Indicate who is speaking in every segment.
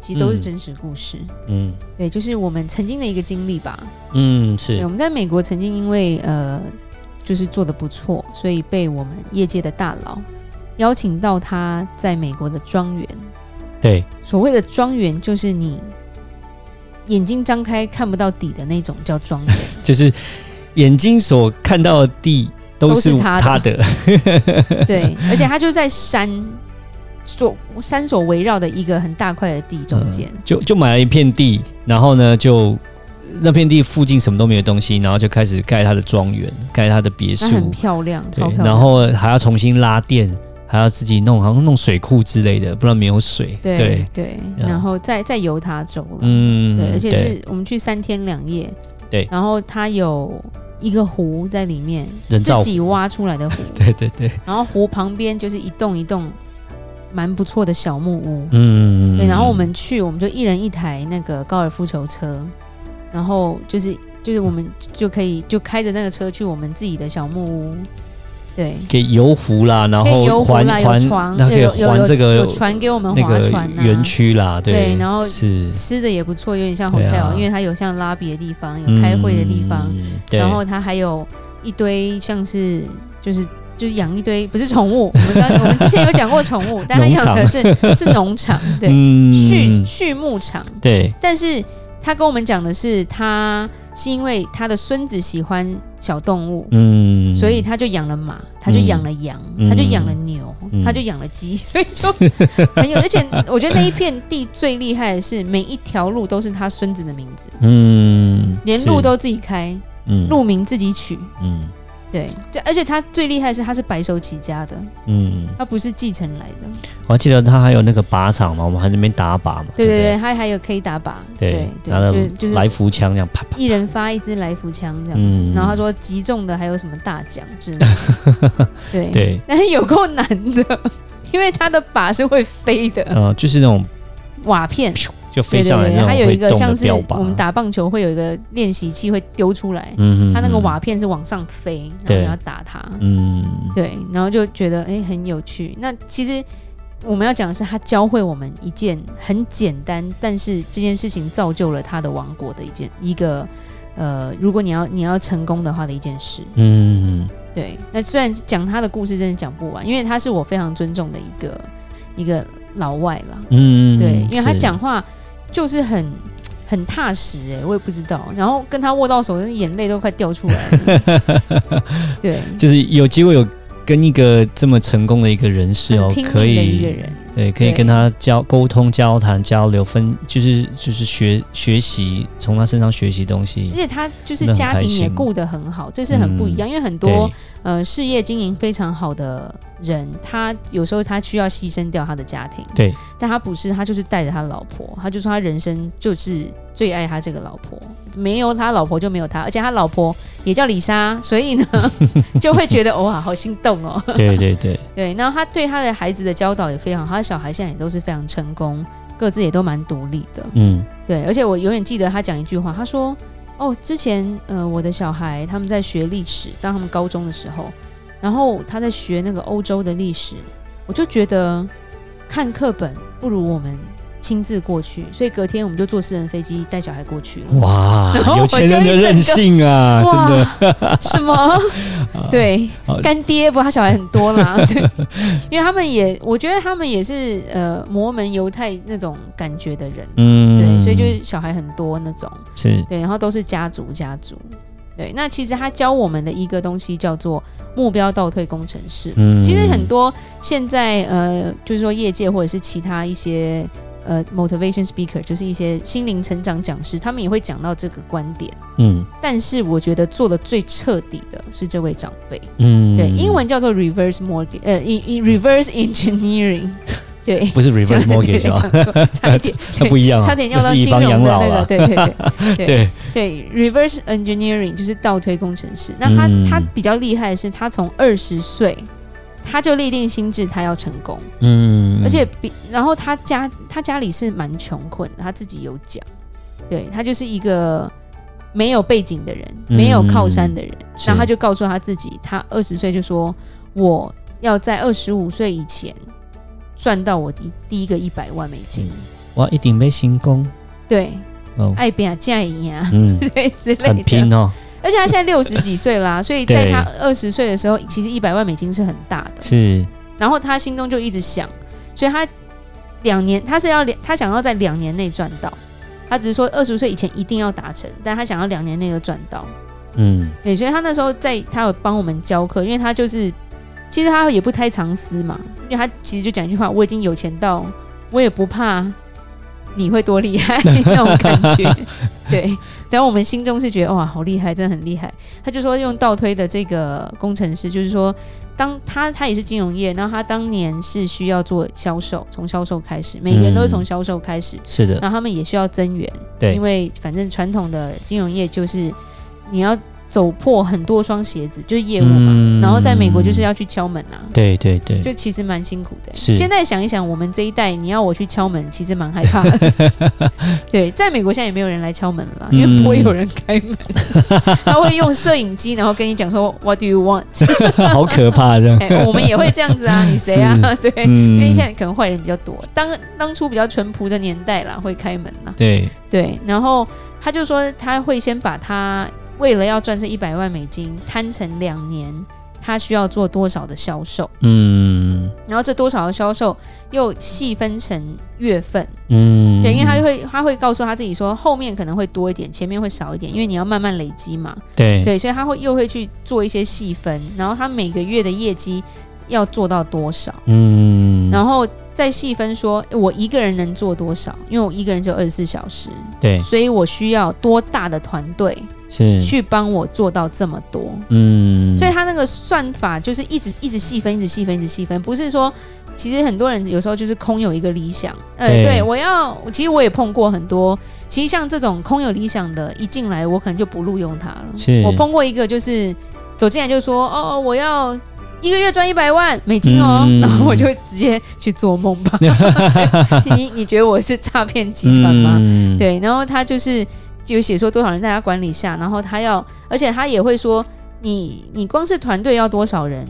Speaker 1: 其实都是
Speaker 2: 嗯
Speaker 1: 真实故事。
Speaker 2: 嗯
Speaker 1: 对，就是我们曾经的一个经历吧。
Speaker 2: 嗯，
Speaker 1: 对，
Speaker 2: 是
Speaker 1: 我们在美国曾经因为呃，就是做的不错，所以被我们业界的大佬邀请到他在美国的庄园。
Speaker 2: 对，
Speaker 1: 所谓的庄园，就是你眼睛张开看不到底的那种叫庄园。
Speaker 2: 就是眼睛所看到的地都是
Speaker 1: 都是
Speaker 2: 他
Speaker 1: 他的
Speaker 2: 的。
Speaker 1: 对，而且它就在山所山所围绕的一个很大块的地中间。
Speaker 2: 就就买了一片地，然后呢，就那片地附近什么都没有东西，然后就开始盖他的庄园，盖他的别
Speaker 1: 那
Speaker 2: 墅，
Speaker 1: 很漂亮，
Speaker 2: 对
Speaker 1: 超漂，亮。
Speaker 2: 然后还要重新拉电，还要自己弄，好像弄水库之类的，不然没有水。
Speaker 1: 对对，
Speaker 2: 嗯
Speaker 1: 然后在在犹他州了，
Speaker 2: 嗯，
Speaker 1: 对，而且
Speaker 2: 对
Speaker 1: 是我们去三天两夜，
Speaker 2: 对
Speaker 1: 然后它有一个湖在里面，
Speaker 2: 人造
Speaker 1: 自己挖出来的湖，
Speaker 2: 对对对，
Speaker 1: 然后湖旁边就是一栋一栋蛮不错的小木屋，
Speaker 2: 嗯，
Speaker 1: 对，然后我们去，我们就一人一台那个高尔夫球车，然后就是就是我们就可以就开着那个车去我们自己的小木屋，对，
Speaker 2: 给游湖啦，然
Speaker 1: 可以游
Speaker 2: 后
Speaker 1: 湖
Speaker 2: 环
Speaker 1: 啦，有
Speaker 2: 环，
Speaker 1: 床，
Speaker 2: 那
Speaker 1: 有
Speaker 2: 可以
Speaker 1: 有有
Speaker 2: 环这
Speaker 1: 有
Speaker 2: 个
Speaker 1: 船给我们
Speaker 2: 呃那
Speaker 1: 划
Speaker 2: 个
Speaker 1: 船啊，
Speaker 2: 园区啦，
Speaker 1: 对然后
Speaker 2: 是
Speaker 1: 吃的也不错，有点像
Speaker 2: 对啊
Speaker 1: hotel，、因为它有像拉比的地方，有开会的地方，，
Speaker 2: 嗯对
Speaker 1: 然后它还有一堆像是就是。就是养一堆不是宠物，我们刚我们之前有讲过宠物，但它
Speaker 2: 农
Speaker 1: 养的
Speaker 2: 场
Speaker 1: 是是农场，对，
Speaker 2: 嗯
Speaker 1: 畜畜牧场，
Speaker 2: 对
Speaker 1: 但是他跟我们讲的是，他是因为他的孙子喜欢小动物，
Speaker 2: 嗯，
Speaker 1: 所以他就养了马，他就养了羊，
Speaker 2: 嗯
Speaker 1: 他就养了牛，
Speaker 2: 嗯
Speaker 1: 他就养了 鸡，所以就很有。而且我觉得那一片地最厉害的是，每一条路都是他孙子的名字，
Speaker 2: 嗯，
Speaker 1: 连路都自己开，
Speaker 2: 嗯
Speaker 1: 路名自己取。
Speaker 2: 嗯
Speaker 1: 对，这而且他最厉害的是他是白手起家的，
Speaker 2: 嗯，
Speaker 1: 他不是继承来的。
Speaker 2: 我还记得他还有那个靶场嘛，我们还在那边打靶嘛，
Speaker 1: 对对对，
Speaker 2: 对
Speaker 1: 他还有可以打靶，
Speaker 2: 不
Speaker 1: 对
Speaker 2: 拿
Speaker 1: 对，就是
Speaker 2: 着
Speaker 1: 就是
Speaker 2: 来福枪这样啪啪，
Speaker 1: 一人发一支来福枪这样子，
Speaker 2: 嗯
Speaker 1: 然后他说击中的还有什么大奖之类的， 对，
Speaker 2: 对，
Speaker 1: 但是有够难的， 因为他的靶是会飞的
Speaker 2: 呃，就是那种
Speaker 1: 瓦片，
Speaker 2: 就
Speaker 1: 对
Speaker 2: 飞
Speaker 1: 对
Speaker 2: 上来
Speaker 1: 对，
Speaker 2: 那种
Speaker 1: 还有一
Speaker 2: 会
Speaker 1: 个
Speaker 2: 动
Speaker 1: 像
Speaker 2: 的
Speaker 1: 是
Speaker 2: 标
Speaker 1: 我们
Speaker 2: 靶，
Speaker 1: 打棒球会有一个练习器会丢出来，
Speaker 2: 嗯
Speaker 1: 他那个瓦，片是往上飞，然后
Speaker 2: 对
Speaker 1: 你要打它，
Speaker 2: 嗯，
Speaker 1: 对，然后就觉得诶很有趣。那其实。我们要讲的是，他教会我们一件很简单，但是这件事情造就了他的王国的一件一个，呃，如果你要你要成功的话的一件事。
Speaker 2: 嗯
Speaker 1: 对，那虽然讲他的故事真的讲不完，因为他是我非常尊重的一个一个老外啦。
Speaker 2: 嗯，
Speaker 1: 对，因为他
Speaker 2: 是
Speaker 1: 讲话就是很很踏实哎、我也不知道。然后跟他握到手，那眼泪都快掉出来 了。对，
Speaker 2: 就是有机会有跟一个这么成功的一个人士
Speaker 1: 很
Speaker 2: 哦
Speaker 1: 拼，命
Speaker 2: 可
Speaker 1: 的一个
Speaker 2: 以。
Speaker 1: 人。
Speaker 2: 对，可以
Speaker 1: 对
Speaker 2: 跟他交沟通、交谈、交流，分就是就是学学习，从他身上学习东西
Speaker 1: 而。且他就是
Speaker 2: 那很
Speaker 1: 家
Speaker 2: 开
Speaker 1: 庭也
Speaker 2: 心嗯
Speaker 1: 顾得很好，这是很不一样。因为很多
Speaker 2: 对
Speaker 1: 呃事业经营非常好的人，他有时候他需要牺牲掉他的家庭，
Speaker 2: 对，
Speaker 1: 但他不是，他就是带着他老婆，他就说他人生就是最爱他这个老婆，没有他老婆就没有他，而且他老婆也叫李莎，所 以呢就会觉得哇，好心动哦。
Speaker 2: 对对对，
Speaker 1: 对，然后他对他的孩子的教导也非常好，他的小孩现在也都是非常成功，各自也都蛮独立的。
Speaker 2: 嗯
Speaker 1: 对，而且我永远记得他讲一句话，他说：“哦，之前呃，我的小孩他们在学历史，当他们高中的时候，然后他在学那个欧洲的历史，我就觉得看课本不如我们亲自过去，所以隔天我们就坐私人飞机带小孩过去了。
Speaker 2: 哇
Speaker 1: 然，后
Speaker 2: 有
Speaker 1: 我
Speaker 2: 钱
Speaker 1: 就
Speaker 2: 人
Speaker 1: 一
Speaker 2: 的
Speaker 1: 整
Speaker 2: 任
Speaker 1: 个
Speaker 2: 性啊，真的。 啊
Speaker 1: 哇，什么？ 对
Speaker 2: 好，
Speaker 1: 干爹不，他小孩很多啦。 对，因为他们也，我觉得他们也是呃摩门犹太那种感觉的人，
Speaker 2: 嗯，
Speaker 1: 对，所以就是小孩很多那种。
Speaker 2: 是
Speaker 1: 对，然后都是家族家族。对，那其实他教我们的一个东西叫做目标倒退工程师。
Speaker 2: 嗯，
Speaker 1: 其实很多现在呃，就是说业界或者是其他一些呃 motivation speaker，就是一些心灵成长讲师，他们也会讲到这个观点。
Speaker 2: 嗯
Speaker 1: 但是我觉得做的最彻底的是这位长辈，
Speaker 2: 嗯
Speaker 1: 对，英文叫做 reverse mortgage，呃，in in reverse engineering， 对，
Speaker 2: 不是 reverse
Speaker 1: 对
Speaker 2: mortgage
Speaker 1: 讲
Speaker 2: 啊，
Speaker 1: 错，差一点，
Speaker 2: 那不一样啊，
Speaker 1: 差点要到
Speaker 2: 那是一
Speaker 1: 金
Speaker 2: 方
Speaker 1: 融
Speaker 2: 养
Speaker 1: 的
Speaker 2: 老
Speaker 1: 那个，
Speaker 2: 啊，
Speaker 1: 对对对对
Speaker 2: 对，
Speaker 1: 对，reverse engineering 就是倒推工程师。那他、
Speaker 2: 嗯
Speaker 1: 他比较厉害的是，他从二十岁他就立定心智，他要成功，
Speaker 2: 嗯，
Speaker 1: 而且比然后他家他家里是蛮穷困的，他自己有讲，对他就是一个没有背景的人，
Speaker 2: 嗯
Speaker 1: 没有靠山的人，
Speaker 2: 是
Speaker 1: 那他就告诉他自己，他二十岁就说我要在二十五岁以前赚到我第第一个一百万美金，
Speaker 2: 我一定没行功
Speaker 1: 对，
Speaker 2: 哦，
Speaker 1: 爱拼嫁赢啊，
Speaker 2: 嗯，
Speaker 1: 对之哎类的，
Speaker 2: 很拼哦，
Speaker 1: 而且他现在六十几岁 啦、所以在
Speaker 2: 对
Speaker 1: 他二十岁的时候，其实一百万美金是很大的。
Speaker 2: 是，
Speaker 1: 然后他心中就一直想，所以他两年，他是要两，他想要在两年内赚到。他只是说二十岁以前一定要达成，但他想要两年内就赚到。
Speaker 2: 嗯，
Speaker 1: 对，所以他那时候在，他有帮我们教课，因为他就是，其实他也不太藏私嘛，因为他其实就讲一句话：我已经有钱到，我也不怕你会多厉害那种感觉。对，然后我们心中是觉得哇，好厉害，真的很厉害。他就说用倒推的这个工程师，就是说，当他他也是金融业，然后他当年是需要做销售，从销售开始，每个人都是从
Speaker 2: 嗯
Speaker 1: 销售开始，
Speaker 2: 是的，
Speaker 1: 然后他们也需要增援。
Speaker 2: 对
Speaker 1: 因，为反正传统的金融业就是你要走破很多双鞋子，就是业务嘛。
Speaker 2: 嗯
Speaker 1: 然后在美国就是，要去敲门啊，
Speaker 2: 对对对，
Speaker 1: 就其实蛮辛苦的。
Speaker 2: 是
Speaker 1: 现在想一想，我们这一代你要我去敲门，其实蛮害怕的。 对，在美国现在也没有人来敲门
Speaker 2: 嗯
Speaker 1: 了啦，因为不会有人开门，他会用摄影机，然后跟你讲说 “What do you want？”
Speaker 2: 好可怕这样，
Speaker 1: 哎，我们也会这样子 啊，你谁啊？ 对，
Speaker 2: 嗯
Speaker 1: 因为现在可能坏人比较多，当当初比较淳朴的年代啦，会开门啦。
Speaker 2: 对，
Speaker 1: 对，然后他就说他会先把他为了要赚这一百万美金摊成两年，他需要做多少的销售，
Speaker 2: 嗯
Speaker 1: 然后这多少的销售又细分成月份，
Speaker 2: 嗯，
Speaker 1: 对，因为他就会他会告诉他自己说后面可能会多一点，前面会少一点，因为你要慢慢累积嘛，
Speaker 2: 对
Speaker 1: 对，所以他会又会去做一些细分，然后他每个月的业绩要做到多少。
Speaker 2: 嗯，
Speaker 1: 然后再细分说，我一个人能做多少？因为我一个人只有二十四小时，
Speaker 2: 对
Speaker 1: 所以我需要多大的团队
Speaker 2: 是，
Speaker 1: 去帮我做到这么多？
Speaker 2: 嗯，
Speaker 1: 所以他那个算法就是一直一直细分，一直细分，一直细分，不是说。其实很多人有时候就是空有一个理想，呃，
Speaker 2: 对
Speaker 1: 对我要，其实我也碰过很多，其实像这种空有理想的，一进来我可能就不录用他了。
Speaker 2: 是
Speaker 1: 我碰过一个，就是走进来就说，哦，我要一个月赚一百万美金哦，
Speaker 2: 嗯
Speaker 1: 然后我就直接去做梦 吧。 你你觉得我是诈骗集团吗？
Speaker 2: 嗯，
Speaker 1: 对，然后他就是有写说多少人在他管理下，然后他要，而且他也会说，你你光是团队要多少人，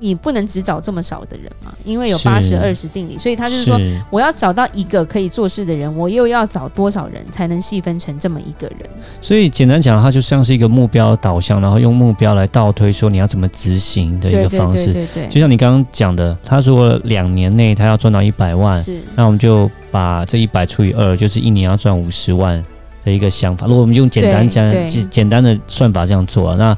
Speaker 1: 你不能只找这么少的人嘛，因为有
Speaker 2: 是
Speaker 1: 八十二十定理，所以他就是说，我要找到一个可以做事的人，我又要找多少人才能细分成这么一个人？
Speaker 2: 所以简单讲，它就像是一个目标导向，然后用目标来倒推说你要怎么执行的一
Speaker 1: 对
Speaker 2: 个
Speaker 1: 对
Speaker 2: 方
Speaker 1: 对
Speaker 2: 式。
Speaker 1: 对对
Speaker 2: 就像你刚刚讲的，他如果两年内他要赚到一百万，
Speaker 1: 是
Speaker 2: 那我们就把这一百除以二，就是一年要赚五十万的一个想法。如果我们用简单
Speaker 1: 对对
Speaker 2: 讲简简单的算法这样做、啊，那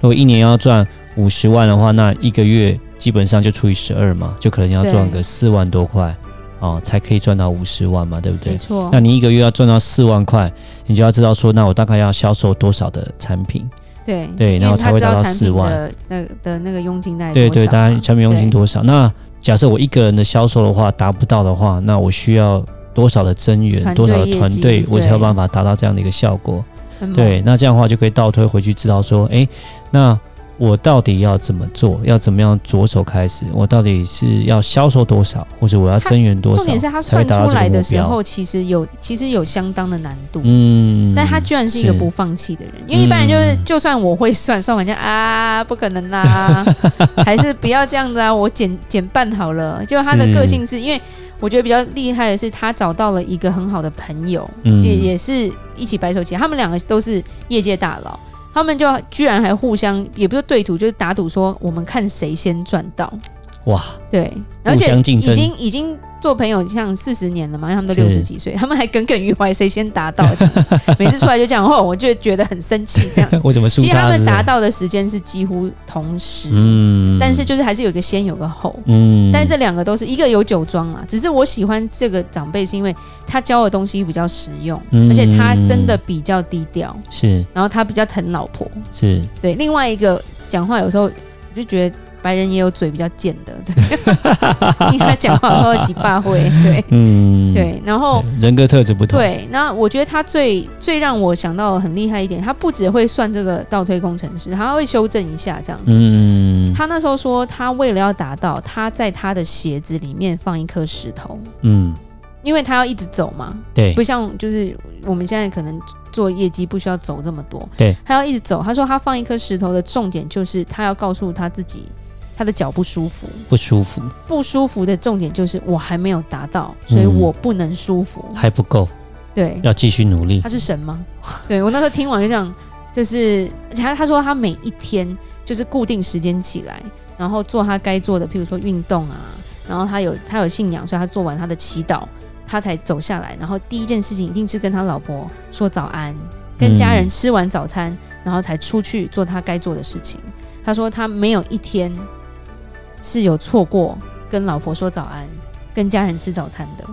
Speaker 2: 如果一年要赚五十万的话，那一个月基本上就除以十二嘛，就可能要赚个四万多块哦，才可以赚到五十万嘛，对不对
Speaker 1: 没？错
Speaker 2: 那，你一个月要赚到四万块，你就要知道说，那我大概要销售多少的产品？
Speaker 1: 对
Speaker 2: 对
Speaker 1: 因
Speaker 2: 然
Speaker 1: 为
Speaker 2: 后
Speaker 1: 他
Speaker 2: 才会
Speaker 1: 知道
Speaker 2: 达到
Speaker 1: 产品
Speaker 2: 4万
Speaker 1: 的那的那个佣金大概
Speaker 2: 对对，
Speaker 1: 哎多少
Speaker 2: 大
Speaker 1: 嘛
Speaker 2: 家产品佣金
Speaker 1: 对
Speaker 2: 多少？那假设我一个人的销售的话达不到的话，那我需要多少的增
Speaker 1: 团
Speaker 2: 援，多少
Speaker 1: 队
Speaker 2: 的
Speaker 1: 业
Speaker 2: 团
Speaker 1: 绩
Speaker 2: 队，我才有
Speaker 1: 对嗯
Speaker 2: 办法达到这样的一个效果？
Speaker 1: 很猛
Speaker 2: 对，那这样的话就可以倒推回去，知道说，诶，那我到底要怎么做？要怎么样着手开始？我到底是要销售多少，或者我要
Speaker 1: 它
Speaker 2: 增援多少？
Speaker 1: 重点是他
Speaker 2: 才会
Speaker 1: 算
Speaker 2: 达到
Speaker 1: 出
Speaker 2: 这个
Speaker 1: 来的
Speaker 2: 目
Speaker 1: 时
Speaker 2: 标
Speaker 1: 候，其实有其实有相当的难度，
Speaker 2: 嗯，
Speaker 1: 但他居然是一个
Speaker 2: 是
Speaker 1: 不放弃的人，因为一般人就是，
Speaker 2: 嗯
Speaker 1: 就算我会算，算完就啊，不可能啦、 还是不要这样子啊，我减减半好了。就他的
Speaker 2: 是
Speaker 1: 个性是因为我觉得比较厉害的是，他找到了一个很好的朋友，
Speaker 2: 嗯
Speaker 1: 也也是一起白手起家，他们两个都是业界大佬。他们就居然还互相，也不是对赌，就是打赌，说我们看谁先赚到。
Speaker 2: 哇，
Speaker 1: 对，而且
Speaker 2: 相
Speaker 1: 已
Speaker 2: 竞争
Speaker 1: 经已经做朋友像四十年了嘛，因为他们都
Speaker 2: 是
Speaker 1: 六十几岁，他们还耿耿于怀，谁先达到这样子， 每次出来就这样，哦，我就觉得很生气这样。
Speaker 2: 我怎么 输
Speaker 1: 其实他
Speaker 2: 他
Speaker 1: 们
Speaker 2: 是不是
Speaker 1: 达到的时间是几乎同时，
Speaker 2: 嗯，
Speaker 1: 但是就是还是有个先有个后。
Speaker 2: 嗯，
Speaker 1: 但这两个都是一个有酒庄啊啦，只是我喜欢这个长辈是因为他教的东西比较实用，
Speaker 2: 嗯
Speaker 1: 而且他真的比较低调，
Speaker 2: 是
Speaker 1: 然后他比较疼老婆。
Speaker 2: 是
Speaker 1: 对，另外一个讲话有时候我就觉得白人也有嘴比较贱的， 对，因为他讲话喝几把会，对
Speaker 2: 嗯，
Speaker 1: 对，然后。
Speaker 2: 对，人格特质不同，
Speaker 1: 对，那我觉得他最最让我想到很厉害一点，他不只会算这个倒推工程师，他会修正一下这样子。
Speaker 2: 嗯，
Speaker 1: 他那时候说，他为了要达到，他在他的鞋子里面放一颗石头，
Speaker 2: 嗯，
Speaker 1: 因为他要一直走嘛，
Speaker 2: 对
Speaker 1: 不，像就是我们现在可能做业绩不需要走这么多，
Speaker 2: 对，
Speaker 1: 他要一直走。他说他放一颗石头的重点就是他要告诉他自己，他的脚不舒服，
Speaker 2: 不舒服
Speaker 1: 不舒服的重点就是我还没有达到，所以
Speaker 2: 嗯
Speaker 1: 我不能舒服。
Speaker 2: 还不够，
Speaker 1: 对，
Speaker 2: 要继续努力
Speaker 1: 他。是神吗？对我那时候听完就想，就是而且他他说他每一天就是固定时间起来，然后做他该做的，譬如说运动啊，然后他有他有信仰，所以他做完他的祈祷，他才走下来。然后第一件事情一定是跟他老婆说早安，跟家人吃完早餐，然后才出去做他该做的事情。他说他没有一天是有错过跟老婆说早安。跟家人吃早餐的，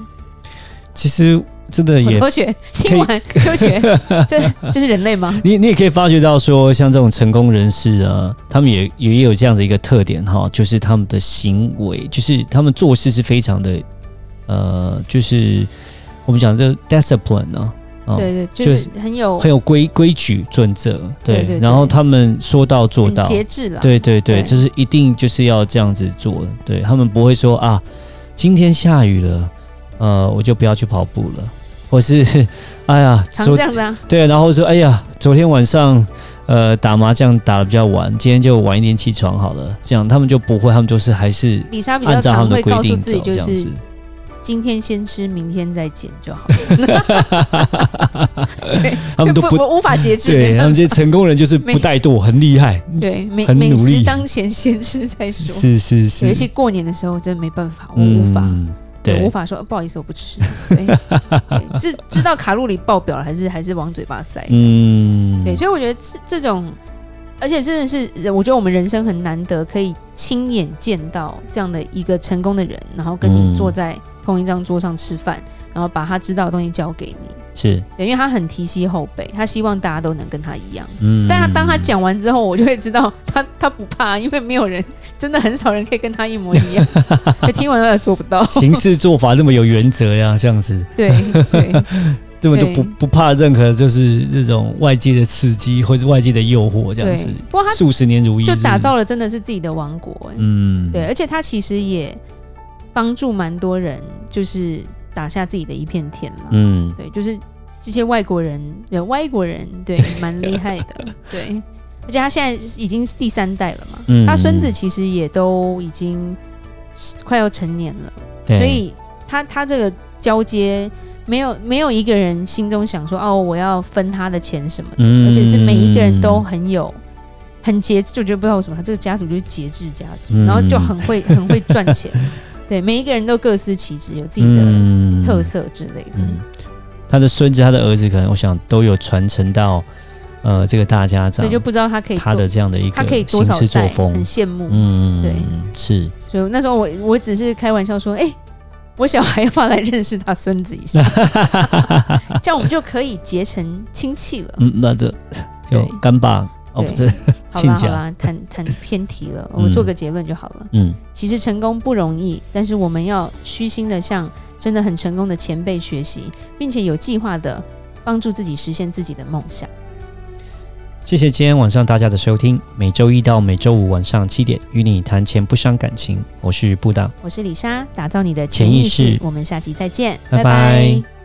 Speaker 2: 其实真的
Speaker 1: 我
Speaker 2: 也
Speaker 1: 都觉得听完都 觉得这这是人类吗？
Speaker 2: 你你也可以发觉到说，像这种成功人士啊，他们也也有这样的一个特点哈，就是他们的行为，就是他们做事是非常的，呃，就是我们讲这 discipline 啊，哦
Speaker 1: 对对，
Speaker 2: 就
Speaker 1: 就是是很有
Speaker 2: 很有规规矩准则，对，
Speaker 1: 哦对对
Speaker 2: 然后他们说到做
Speaker 1: 很
Speaker 2: 到，
Speaker 1: 节制啦。
Speaker 2: 对对对，
Speaker 1: 对
Speaker 2: 就是一定就是要这样子做，对他们不会说啊，今天下雨了，呃，我就不要去跑步了， 或是哎呀，
Speaker 1: 常
Speaker 2: 昨
Speaker 1: 这样子啊，
Speaker 2: 对，然后说，哎呀，昨天晚上呃打麻将打的比较晚，今天就晚一点起床好了。这样他们就不会，他们就是还是
Speaker 1: 李莎比较
Speaker 2: 按照他
Speaker 1: 常
Speaker 2: 们的
Speaker 1: 会
Speaker 2: 规
Speaker 1: 告诉
Speaker 2: 定
Speaker 1: 自
Speaker 2: 走
Speaker 1: 己，
Speaker 2: 这
Speaker 1: 就
Speaker 2: 样
Speaker 1: 是
Speaker 2: 子。
Speaker 1: 今天先吃，明天再减就好。
Speaker 2: 他们都不
Speaker 1: 我无法节制。
Speaker 2: 对，他们
Speaker 1: 没
Speaker 2: 这些成功人就是不怠惰，很厉 害。
Speaker 1: 办法对美
Speaker 2: 很努
Speaker 1: 美
Speaker 2: 力
Speaker 1: 食当前，先吃再说。
Speaker 2: 是是是，
Speaker 1: 尤其过年的时候，我真的没办法，我无法，
Speaker 2: 嗯
Speaker 1: 我无
Speaker 2: 对，
Speaker 1: 法说哦不好意思，我不吃。对，对知知道卡路里爆表了，还是还是往嘴巴塞。
Speaker 2: 嗯，
Speaker 1: 对，所以我觉得这这种，而且真的是，我觉得我们人生很难得可以亲眼见到这样的一个成功的人，然后跟
Speaker 2: 嗯
Speaker 1: 你坐在同一张桌上吃饭，然后把他知道的东西交给你。
Speaker 2: 是，
Speaker 1: 对，因为他很提携后辈，他希望大家都能跟他一样。
Speaker 2: 嗯，
Speaker 1: 但他当他讲完之后，我就会知道他他不怕，因为没有人真的很少人可以跟他一模一 样。就听完他也做不到，
Speaker 2: 行事做法这么有原则呀，这样子，
Speaker 1: 对对
Speaker 2: 根本就不
Speaker 1: 对
Speaker 2: 不怕任何就是这种外界的刺激或是外界的诱惑， 这样
Speaker 1: 对
Speaker 2: 子，。
Speaker 1: 不过他
Speaker 2: 数十年如一日，
Speaker 1: 就打造了真的是自己的王国、欸。
Speaker 2: 嗯，
Speaker 1: 对，而且他其实也帮助蛮多人，就是打下自己的一片天啦。
Speaker 2: 嗯，
Speaker 1: 对，就是这些外国人，对外国人， 对，蛮厉害的。对，而且他现在已经是第三代了嘛，
Speaker 2: 嗯
Speaker 1: 他孙子其实也都已经快要成年了，
Speaker 2: 对，
Speaker 1: 所以他他这个交接。没有没有一个人心中想说哦，我要分他的钱什么的，
Speaker 2: 嗯
Speaker 1: 而且是每一个人都很有很节制，我觉得不知道为什么他这个家族就是节制家族，
Speaker 2: 嗯
Speaker 1: 然后就很会 很会赚钱，对，每一个人都各司其职，有自己的
Speaker 2: 嗯
Speaker 1: 特色之类的，
Speaker 2: 嗯，他的孙子、他的儿子，可能我想都有传承到呃这个大家
Speaker 1: 所
Speaker 2: 长
Speaker 1: 以就不知道他可以
Speaker 2: 他
Speaker 1: 多
Speaker 2: 的这样的一
Speaker 1: 他可以
Speaker 2: 个
Speaker 1: 多
Speaker 2: 行
Speaker 1: 少
Speaker 2: 事作
Speaker 1: 代，
Speaker 2: 风
Speaker 1: 很，羡慕。
Speaker 2: 嗯，
Speaker 1: 对，
Speaker 2: 是，
Speaker 1: 所以那时候我我只是开玩笑说，哎、我小孩要不要来认识他孙子一 下？这样我们就可以结成亲戚了。
Speaker 2: 嗯，那这就
Speaker 1: 对
Speaker 2: 干爸哦，
Speaker 1: 对
Speaker 2: 不是，
Speaker 1: 好啦
Speaker 2: 亲啊家
Speaker 1: 好啦，谈谈偏题了，
Speaker 2: 嗯
Speaker 1: 我做个结论就好了。
Speaker 2: 嗯
Speaker 1: 其实成功不容易，但是我们要虚心的向真的很成功的前辈学习，并且有计划的帮助自己实现自己的梦想。
Speaker 2: 谢谢今天晚上大家的收听，每周一到每周五晚上七点与你谈钱不伤感情，我是布达。
Speaker 1: 我是李莎，打造你的
Speaker 2: 潜
Speaker 1: 潜
Speaker 2: 意
Speaker 1: 意识。
Speaker 2: 识
Speaker 1: 我们下期再见，
Speaker 2: 拜拜
Speaker 1: 拜